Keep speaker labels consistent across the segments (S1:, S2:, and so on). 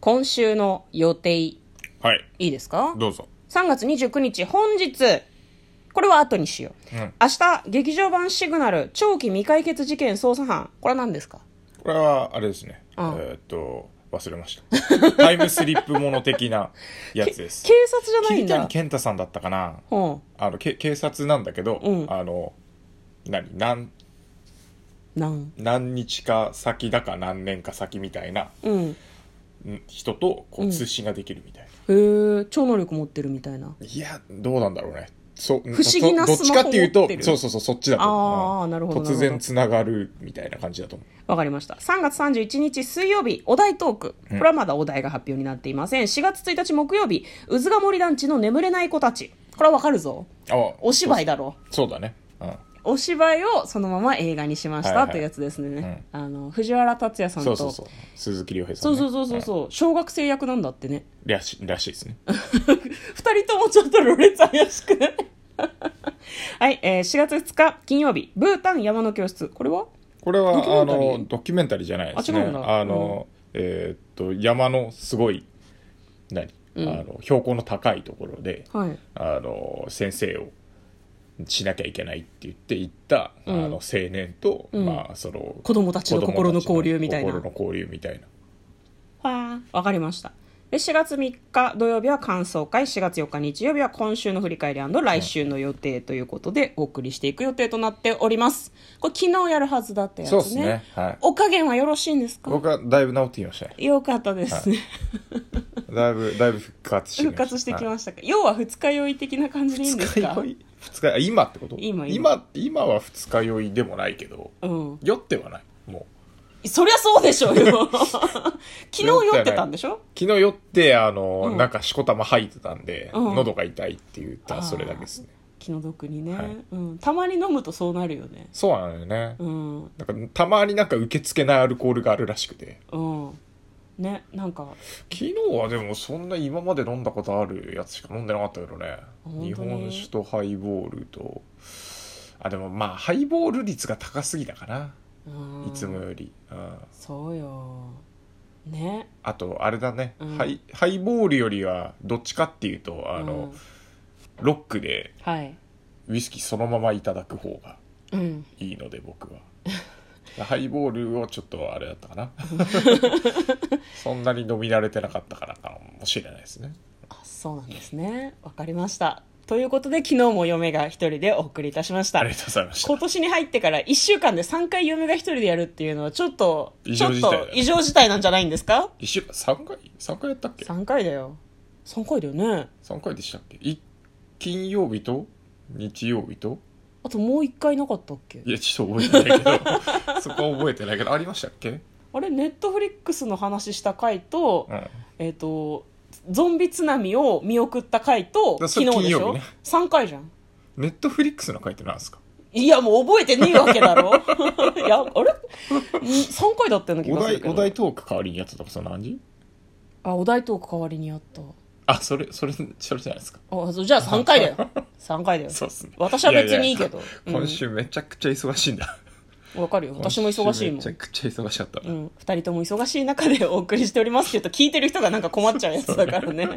S1: 今週の予定、い
S2: はい。
S1: いですか
S2: どうぞ。
S1: ?3 月29日、本日、これは後にしよう。
S2: うん
S1: 明日、劇場版シグナル、長期未解決事件捜査班。これは何ですか
S2: これは、あれですね。
S1: うん
S2: えーっと、忘れました。 タイムスリップもの的なやつです
S1: 警。察じゃない
S2: 桐
S1: ん
S2: 谷
S1: だ。
S2: 健太さんだったかな
S1: うん。
S2: あの、け警察なんだけど、
S1: うん
S2: あの、何、何、
S1: なん。
S2: 何日か先だか何年か先みたいな
S1: うん。へ
S2: ん人とこう通信ができるみたいな。
S1: え、超能力持ってるみたいな。
S2: いや、どうなんだろうね。そう
S1: 不
S2: 不
S1: 思議な
S2: どっ
S1: ス
S2: ち
S1: マ
S2: か
S1: ホ
S2: っていう
S1: 持っ
S2: と
S1: てる、
S2: そうそうそう、そっちだと思う。
S1: あーなるほど
S2: 突
S1: なるほ
S2: 然
S1: ど
S2: つながるみたいな感じだと思う。
S1: わかりました。3月31日水曜日、お題トーク。これはまだお題が発表になっていません。4月1日木曜日、うずが森団地の眠れない子たち。これはわかるぞ。
S2: あ
S1: お芝居
S2: だ。
S1: だろ。
S2: そうだね。うん。
S1: お芝居をそのまま映画にしまし
S2: はい
S1: た
S2: はい
S1: というやつですね。あの、藤原竜也さん
S2: そ
S1: と。
S2: うそうそう。鈴木亮平さ
S1: そ
S2: ん、
S1: う
S2: ね。
S1: そうそうそうそう。小学生役なんだってね。
S2: うんらしらしいですね。
S1: 二人ともちょっとろれつ怪しくない はい、えー、4月2日金曜日、ブータン山の教室。これは
S2: これは
S1: ドキュメ
S2: あ
S1: ンタリー
S2: のドキュメンタリーじゃないです
S1: あ
S2: ね
S1: 違うんだ
S2: あの、えーっと山のすごい何、あの標高の高いところで、
S1: はい。
S2: あの先生をしなきゃいけないって言って行った、あの青年と、まあその
S1: 子供たちの心の交流みたいな
S2: 子供ちの心の交流みたいな
S1: わかりましたで4月3日土曜日は感想会4月4日日曜日は今週の振り返り来週の予定ということでお送りしていく予定となっておりますこれ昨日やるはずだったやつ
S2: そう
S1: ね
S2: ですねはい
S1: お加減はよろしいんですか
S2: 僕はだいぶ治ってきましたね
S1: よかったですね、
S2: だいぶだいぶ復活してきま
S1: 復
S2: した
S1: 活してき
S2: はい
S1: ましたか、要は二日酔い的な感じでいいんですか
S2: 二日酔い二日酔い今ってこと
S1: 今今
S2: 今今は二日酔いでもないけど
S1: うん、
S2: 酔ってはないもう
S1: そりゃそうでしょう よ昨日酔ってたんでしょ
S2: 昨日酔って、あの、
S1: うん
S2: なんかしこたま吐いてたんで、
S1: うん
S2: 喉が痛いって言った
S1: あー
S2: らそれだけですね。
S1: 気の毒にね、
S2: はい
S1: うん、たまに飲むとそうなるよね
S2: そうなのよね。
S1: うん
S2: なんかたまになんか受け付けないアルコールがあるらしくて。
S1: うんねなんか
S2: 昨日はでもそんな今まで飲んだことあるやつしか飲んでなかったけどね。
S1: 本当に
S2: 日本酒とハイボールと、あ、でもまあハイボール率が高すぎたかな。
S1: うん
S2: いつもより。うん
S1: そうよね
S2: あと、あれだね、
S1: うん
S2: ハイ。ハイボールよりはどっちかっていうと、あの、ロックで
S1: うんはい
S2: ウイスキーそのままいただく方が。
S1: うん
S2: いいので僕は ハイボールをちょっとあれだったか なそんなに飲み慣れてなかったからかもしれないですね
S1: あそうなんですねわかりましたということで昨日も嫁が一人でお送りいたしました
S2: ありがとうございまし た
S1: 今年に入ってから1週間で3回嫁が一人でやるっていうのはちょっと
S2: 異
S1: ちょっ
S2: 常事態だ
S1: と
S2: よ
S1: 異常事態なんじゃないんですか
S2: 一週間3回3回やったっけ
S1: 3回だよ3回だよね
S2: 3回でしたっけい金曜日と日曜日と
S1: あともう1回なかったっけ
S2: いやちょっと覚えてない けどそこは覚えてないけどありましたっけ
S1: あれネットフリックスの話した回と、
S2: うん
S1: えっ、とゾンビ津波を見送った回と
S2: だ
S1: 昨
S2: そ
S1: 日
S2: れ
S1: でし
S2: 金曜
S1: ょ、
S2: 日ね
S1: 3回じゃん
S2: ネットフリックスの回ってなんですか
S1: いや、もう覚えてねえわけだろ。 いや、あれ ?3 回だったような気
S2: お
S1: がする
S2: 題
S1: けど。
S2: お題トーク代わりにやってたのその何時
S1: あ、お題トーク代わりにやった。
S2: あそれそれそれじゃないですか
S1: あ、そうじゃあ3回だ よ。3回だよ。
S2: そうっすね
S1: 私は別にいいけど。
S2: やや今週めちゃくちゃ忙しいんだ、
S1: うんわかるよ。私も忙しいも
S2: めちゃ
S1: ん。
S2: くちゃ忙しかったな、
S1: うん、2人とも忙しい中でお送りしておりますって言うと聞いてる人がなんか困っちゃうやつだから ね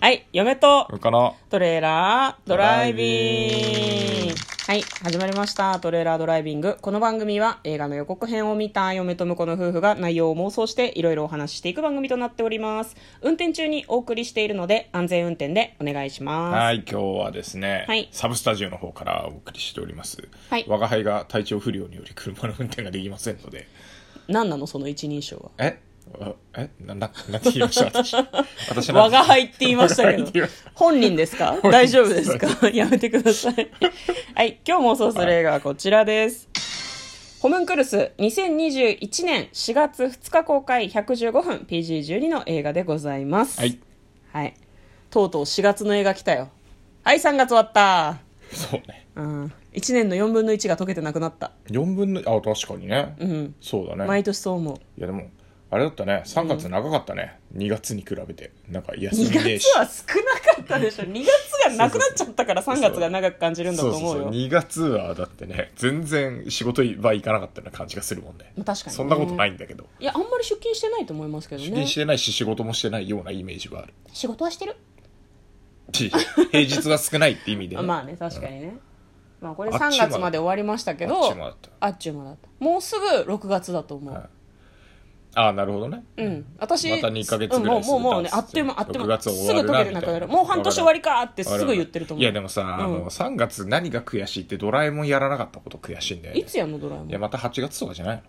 S1: はい嫁と
S2: これかな
S1: トレーラードライビ
S2: ドライ
S1: ン
S2: ビン
S1: グ
S2: グ
S1: はい始まりましたトレーラードライビングこの番組は映画の予告編を見た嫁と婿の夫婦が内容を妄想していろいろお話ししていく番組となっております運転中にお送りしているので安全運転でお願いしま
S2: はい今日はですね、
S1: はい
S2: サブスタジオの方からお送りしております、
S1: はい
S2: 我が輩が体調不良により車の運転ができませんのです
S1: 何なのその一人称は
S2: えあえなななんて言い ました私私
S1: 我が
S2: 輩
S1: 輩って言いましたけ
S2: 我が輩って言
S1: ど
S2: いまし。
S1: 本人ですか
S2: 人
S1: 大丈夫ですか やめてください。はい、今日妄想する映画はこちらです。ホムンクルス2021年4月2日公開115分 PG12 の映画でございます。
S2: はい。
S1: はい。とうとう4月の映画来たよ。はい、3月終わった。
S2: そうね
S1: うん。1年の4分の1が溶けてなくなった。
S2: 4分のあ確かにね、
S1: うん。
S2: そうだね
S1: 毎年そう思う。
S2: いやでもあれだったね3月長かったね、2月に比べてなんか休み
S1: 2
S2: ねえし
S1: 月は少なかったでしょ2月がなくなっちゃったから3月が長く感じるんだと思うよ
S2: 2月はだってね全然仕事は行かなかったような感じがするもんね
S1: まあ確かにね
S2: そんなことないんだけど
S1: いやあんまり出勤してないと思いますけど
S2: 出勤
S1: ね
S2: してないし仕事もしてないようなイメージはある
S1: 仕事はしてる
S2: し平日が少ないって意味で、
S1: あ まあね確かにね、まあこれ
S2: あっちま
S1: 3
S2: で
S1: 月まで終わりましたけど
S2: あっちまでだった
S1: あっちまでだったもうすぐ6月だと思う、
S2: はいああなるほどね
S1: うん、私
S2: また2ヶ月ぐら
S1: う
S2: い
S1: んもうもうもうね
S2: す
S1: あ
S2: る
S1: っという間あっという
S2: 6
S1: 間
S2: 月
S1: すぐ
S2: 終わるな
S1: 溶けてなくな
S2: みた
S1: る
S2: いな
S1: もう半年終わりかってすぐ言ってると思う
S2: いやでもさ、あ
S1: うん
S2: の3月何が悔しいってドラえもんやらなかったこと悔しいんだよ、ね、
S1: いつやんのドラえもん
S2: いやまた8月とかじゃない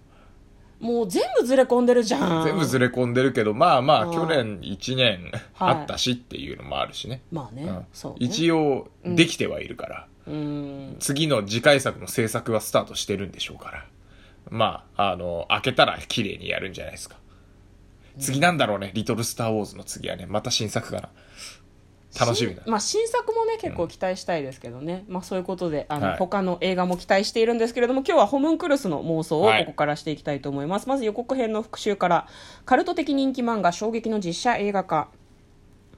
S1: もう全部ずれ込んでるじゃ
S2: の
S1: ん
S2: 全部ずれ込んでるけどまあま
S1: う
S2: あ
S1: ん
S2: 去年1年
S1: はい
S2: あったしっていうのもあるしね、
S1: まあね、
S2: うん
S1: そうね
S2: 一応できてはいるから、
S1: うん
S2: 次の次回作の制作はスタートしてるんでしょうからまああの開けたら綺麗にやるんじゃないですか次なんだろうね「リトル・スター・ウォーズ」の次はねまた新作かな楽しみだ
S1: 新まあ、新作もね結構期待したいですけどね、まあ、そういうことであの、
S2: はい
S1: 他の映画も期待しているんですけれども今日はホムンクルスの妄想を
S2: はい
S1: ここからしていきたいと思います、まず予告編の復習からカルト的人気漫画「衝撃の実写映画化」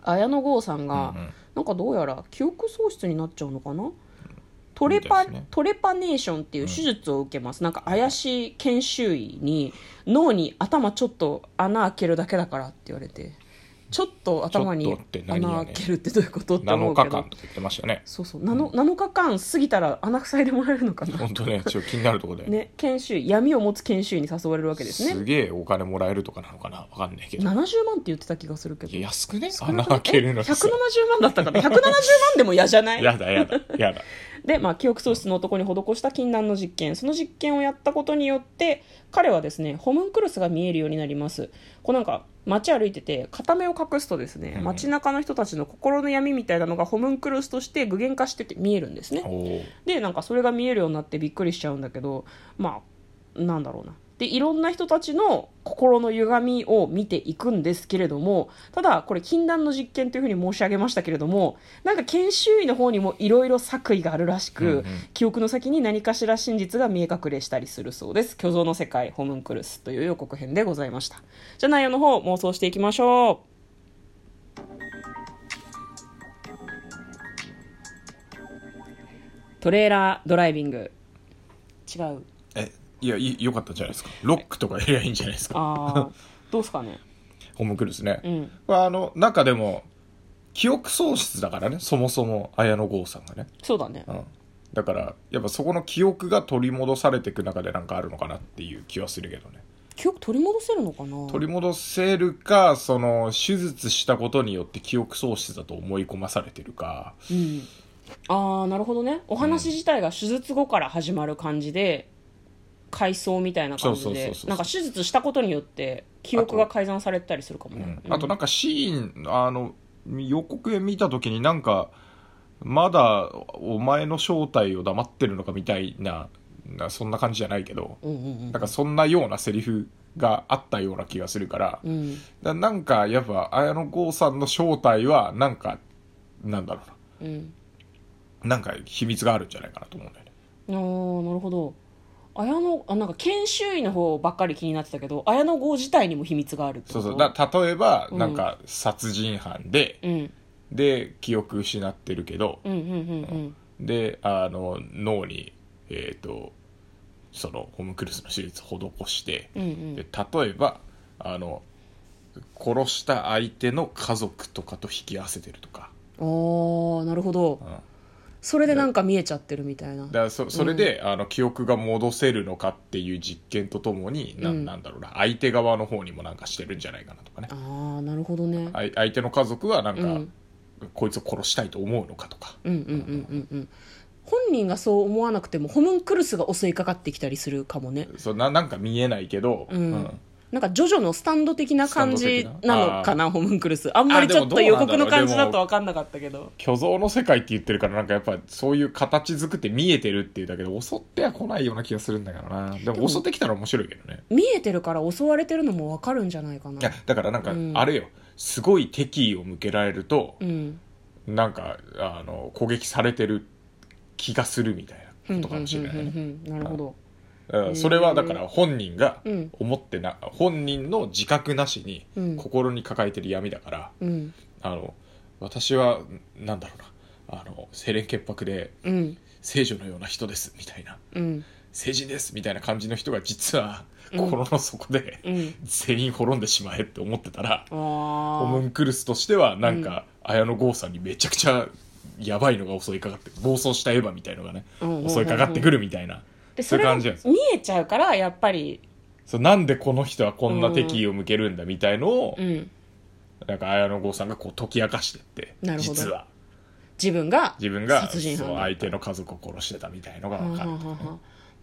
S1: 綾野剛さんが、
S2: うんうん
S1: なんかどうやら記憶喪失になっちゃうのかな、トレパ
S2: みたいですね
S1: トレパネーションっていう手術を受けます、なんか怪しい研修医に脳に頭ちょっと穴開けるだけだからって言われてちょっと頭
S2: ちょ
S1: に
S2: っとって何やねん
S1: 穴開けるってどういうことって思
S2: 7
S1: うけ
S2: 日
S1: ど
S2: 間とか言ってましたよね
S1: そうそう 7, 7日間過ぎたら穴塞いでもらえるのかな、
S2: 本当ねちょっと気になるところで、
S1: ね、研修医闇を持つ研修医に誘われるわけですね
S2: すげえお金もらえるとかなのかなわかんないけ
S1: 70
S2: ど
S1: 万って言ってた気がするけど
S2: いや安くね
S1: 少な
S2: 穴
S1: くない
S2: 開けるの
S1: え
S2: に
S1: 170
S2: さ
S1: 万だったから170万でも嫌じゃない
S2: やだやだ やだ
S1: で、まあ、記憶喪失の男に施した禁断の実験その実験をやったことによって彼はですねホムンクルスが見えるようになりますこうなんか街歩いてて片目を隠すとですね
S2: うん
S1: 街中の人たちの心の闇みたいなのがホムンクルスとして具現化してて見えるんですね
S2: おお
S1: でなんかそれが見えるようになってびっくりしちゃうんだけどまあなんだろうなでいろんな人たちの心の歪みを見ていくんですけれどもただこれ禁断の実験というふうに申し上げましたけれどもなんか研修医の方にもいろいろ作為があるらしく、
S2: うんうん
S1: 記憶の先に何かしら真実が見え隠れしたりするそうです虚像の世界ホムンクルスという予告編でございましたじゃあ内容の方妄想していきましょうトレーラードライビング違う
S2: えいやいよかったんじゃないですかロックとかやりゃいいんじゃないですか
S1: ああどうすかね
S2: ホームクルスね、
S1: うん
S2: これあの中でも記憶喪失だからねそもそも綾野剛さんがね、
S1: そうだね
S2: うん、だからやっぱそこの記憶が取り戻されていく中でなんかあるのかなっていう気はするけどね
S1: 記憶取り戻せるのかな
S2: 取り戻せるかその手術したことによって記憶喪失だと思い込まされてるか
S1: うん、ああなるほどねお話自体が手術後から始まる感じで回想みたいな感じ
S2: そうそうそ
S1: で
S2: うそう
S1: なんか手術したことによって記憶が改ざんされたりするかもね
S2: あとなんかシーンあの予告編見た時になんかまだお前の正体を黙ってるのかみたいななそんな感じじゃないけど
S1: うんうん
S2: なんかそんなようなセリフがあったような気がするから
S1: うんうん
S2: だなんかやっぱ綾野剛さんの正体はなんかなんだろう
S1: うん
S2: ななんか秘密があるんじゃないかなと思うんだよね
S1: あーなるほど綾野あなんか研修医の方ばっかり気になってたけど綾野剛自体にも秘密があるってこ
S2: そう
S1: と
S2: そうだ例えば
S1: うん
S2: なんか殺人犯で、
S1: うん、うん
S2: で記憶失ってるけど
S1: うんうん
S2: であの脳にえっ、とそのホムクルスの手術を施して、
S1: うんうんうん
S2: で例えばあの殺した相手の家族とかと引き合わせてるとか、
S1: ああなるほど
S2: うん、
S1: それでなんか見えちゃってるみたいな
S2: だからそそれで、あの記憶が戻せるのかっていう実験とともに、な
S1: うん
S2: なんだろうな相手側の方にもなんかしてるんじゃないかなとかね
S1: ああなるほどね
S2: あい相手の家族はなんか、
S1: うん
S2: こいつを殺したいと思うのかとか
S1: うんうんうんうんうん本人がそう思わなくてもホムンクルスが襲いかかってきたりするかもね
S2: そうななんか見えないけど、
S1: うんなんかジョジョのスタンド的な感
S2: ス
S1: じ
S2: タンド的な
S1: なのかなホムンクルスあんまり
S2: あで
S1: ち
S2: も
S1: ょっと予
S2: ど
S1: 告
S2: うな
S1: の
S2: んだろ
S1: 感
S2: う
S1: じだ
S2: で
S1: と
S2: も
S1: 分かんなかったけど
S2: 虚像の世界って言ってるからなんかやっぱそういう形作って見えてるっていうだけで襲っては来ないような気がするんだけどなで
S1: で
S2: も
S1: も
S2: 襲ってきたら面白いけどね
S1: 見えてるから襲われてるのも分かるんじゃないかない
S2: やだからなんか、
S1: うん
S2: あれよすごい敵意を向けられると、
S1: うん
S2: なんかあの攻撃されてる気がするみたいなことかもしれないね
S1: うんうんうんうんなるほど
S2: うん、それはだから本人が
S1: うん
S2: 思ってな、本人の自覚なしに
S1: うん
S2: 心に抱えてる闇だから、
S1: うん
S2: あの私はなんだろうなあの清廉潔白で
S1: うん
S2: 聖女のような人ですみたいな
S1: うん
S2: 成人ですみたいな感じの人が実は
S1: うん
S2: 心の底で、
S1: うん
S2: 全員滅んでしまえって思ってたら、ホム
S1: あ
S2: ンクルスとしてはなんか、綾野剛さんにめちゃくちゃやばいのが襲いかかって暴走したエヴァみたいのがね、
S1: あ
S2: 襲いかかってく
S1: る
S2: るみたいな、
S1: で
S2: そ
S1: そう
S2: い
S1: れ
S2: う
S1: が
S2: 感
S1: 見
S2: じなんです
S1: えちゃうからやっぱり
S2: そうなんでこの人はこんな敵意を向けるんだみたいのを、
S1: うん
S2: なんか綾野剛さんがこう解き明かしてって
S1: なるほど
S2: 実は
S1: 自分が
S2: 自分が
S1: 殺人犯だ
S2: そ
S1: っ
S2: う
S1: た
S2: 相手の家族を殺してたみたいのが分かる、
S1: はあはあはあ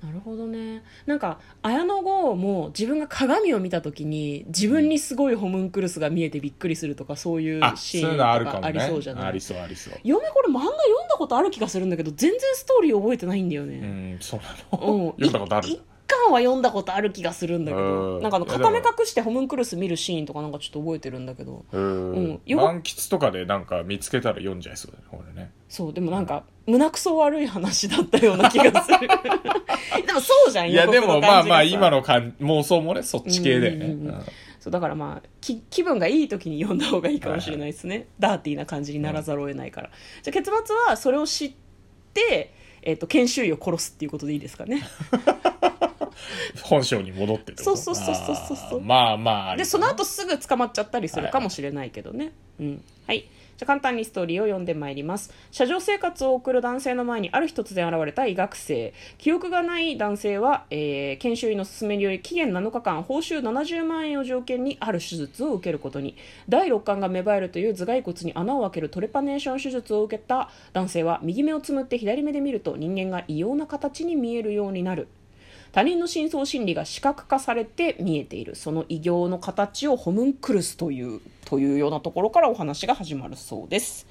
S1: なるほどねなんか綾野剛も自分が鏡を見た時に自分にすごいホムンクルスが見えてびっくりするとかそういう
S2: あそう
S1: シ
S2: い
S1: ーン
S2: う
S1: と
S2: のあるか
S1: か
S2: も
S1: あり
S2: ね
S1: そうじゃない
S2: ありそうありそう
S1: 嫁これ漫画読んだことある気がするんだけど全然ストーリー覚えてないんだよ
S2: う
S1: ね、
S2: んそうな
S1: うん
S2: の 読んだことある
S1: 一巻は読んだことある気がするんだけ
S2: う
S1: ど
S2: ん
S1: なんかあの
S2: いや
S1: 片目隠してホムンクルス見るシーンとかなんかちょっと覚えてるんだけど
S2: うん、
S1: うんよ
S2: 満喫とかでなんか見つけたら読んじゃいそうだねこれね
S1: そうでもなんか胸くそ悪い話だったような気がす るでもそうじゃん
S2: いや
S1: 予
S2: で
S1: 告の
S2: もまあ
S1: 感じが
S2: ま
S1: さ
S2: あ今のかん妄想もねそっち系だよね、
S1: うんうんうん
S2: うん
S1: そうだからまあき気分がいい時に読んだ方がいいかもしれないですね、ダーティーな感じにならざるを得ないから、じゃあ結末はそれを知って、えっと研修医を殺すっていうことでいいですかね
S2: 本性に戻ってってこと
S1: そうそうそうそうそうそう
S2: あーまあまああり
S1: でその後すぐ捕まっちゃったりするかもしれないけどね、うんはいじゃあ簡単にストーリーを読んでまいります車上生活を送る男性の前にある日突然現れた医学生記憶がない男性は、えー研修医の勧めにより期限7日間報酬70万円を条件にある手術を受けることに第6巻が芽生えるという頭蓋骨に穴を開けるトレパネーション手術を受けた男性は右目をつむって左目で見ると人間が異様な形に見えるようになる他人の深層心理が視覚化されて見えているその異形の形をホムンクルスというというようなところからお話が始まるそうです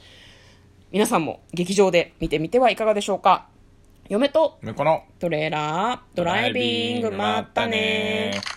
S1: 皆さんも劇場で見てみてはいかがでしょうか嫁と
S2: 向こうの
S1: トレーラードライビングまったね
S2: ー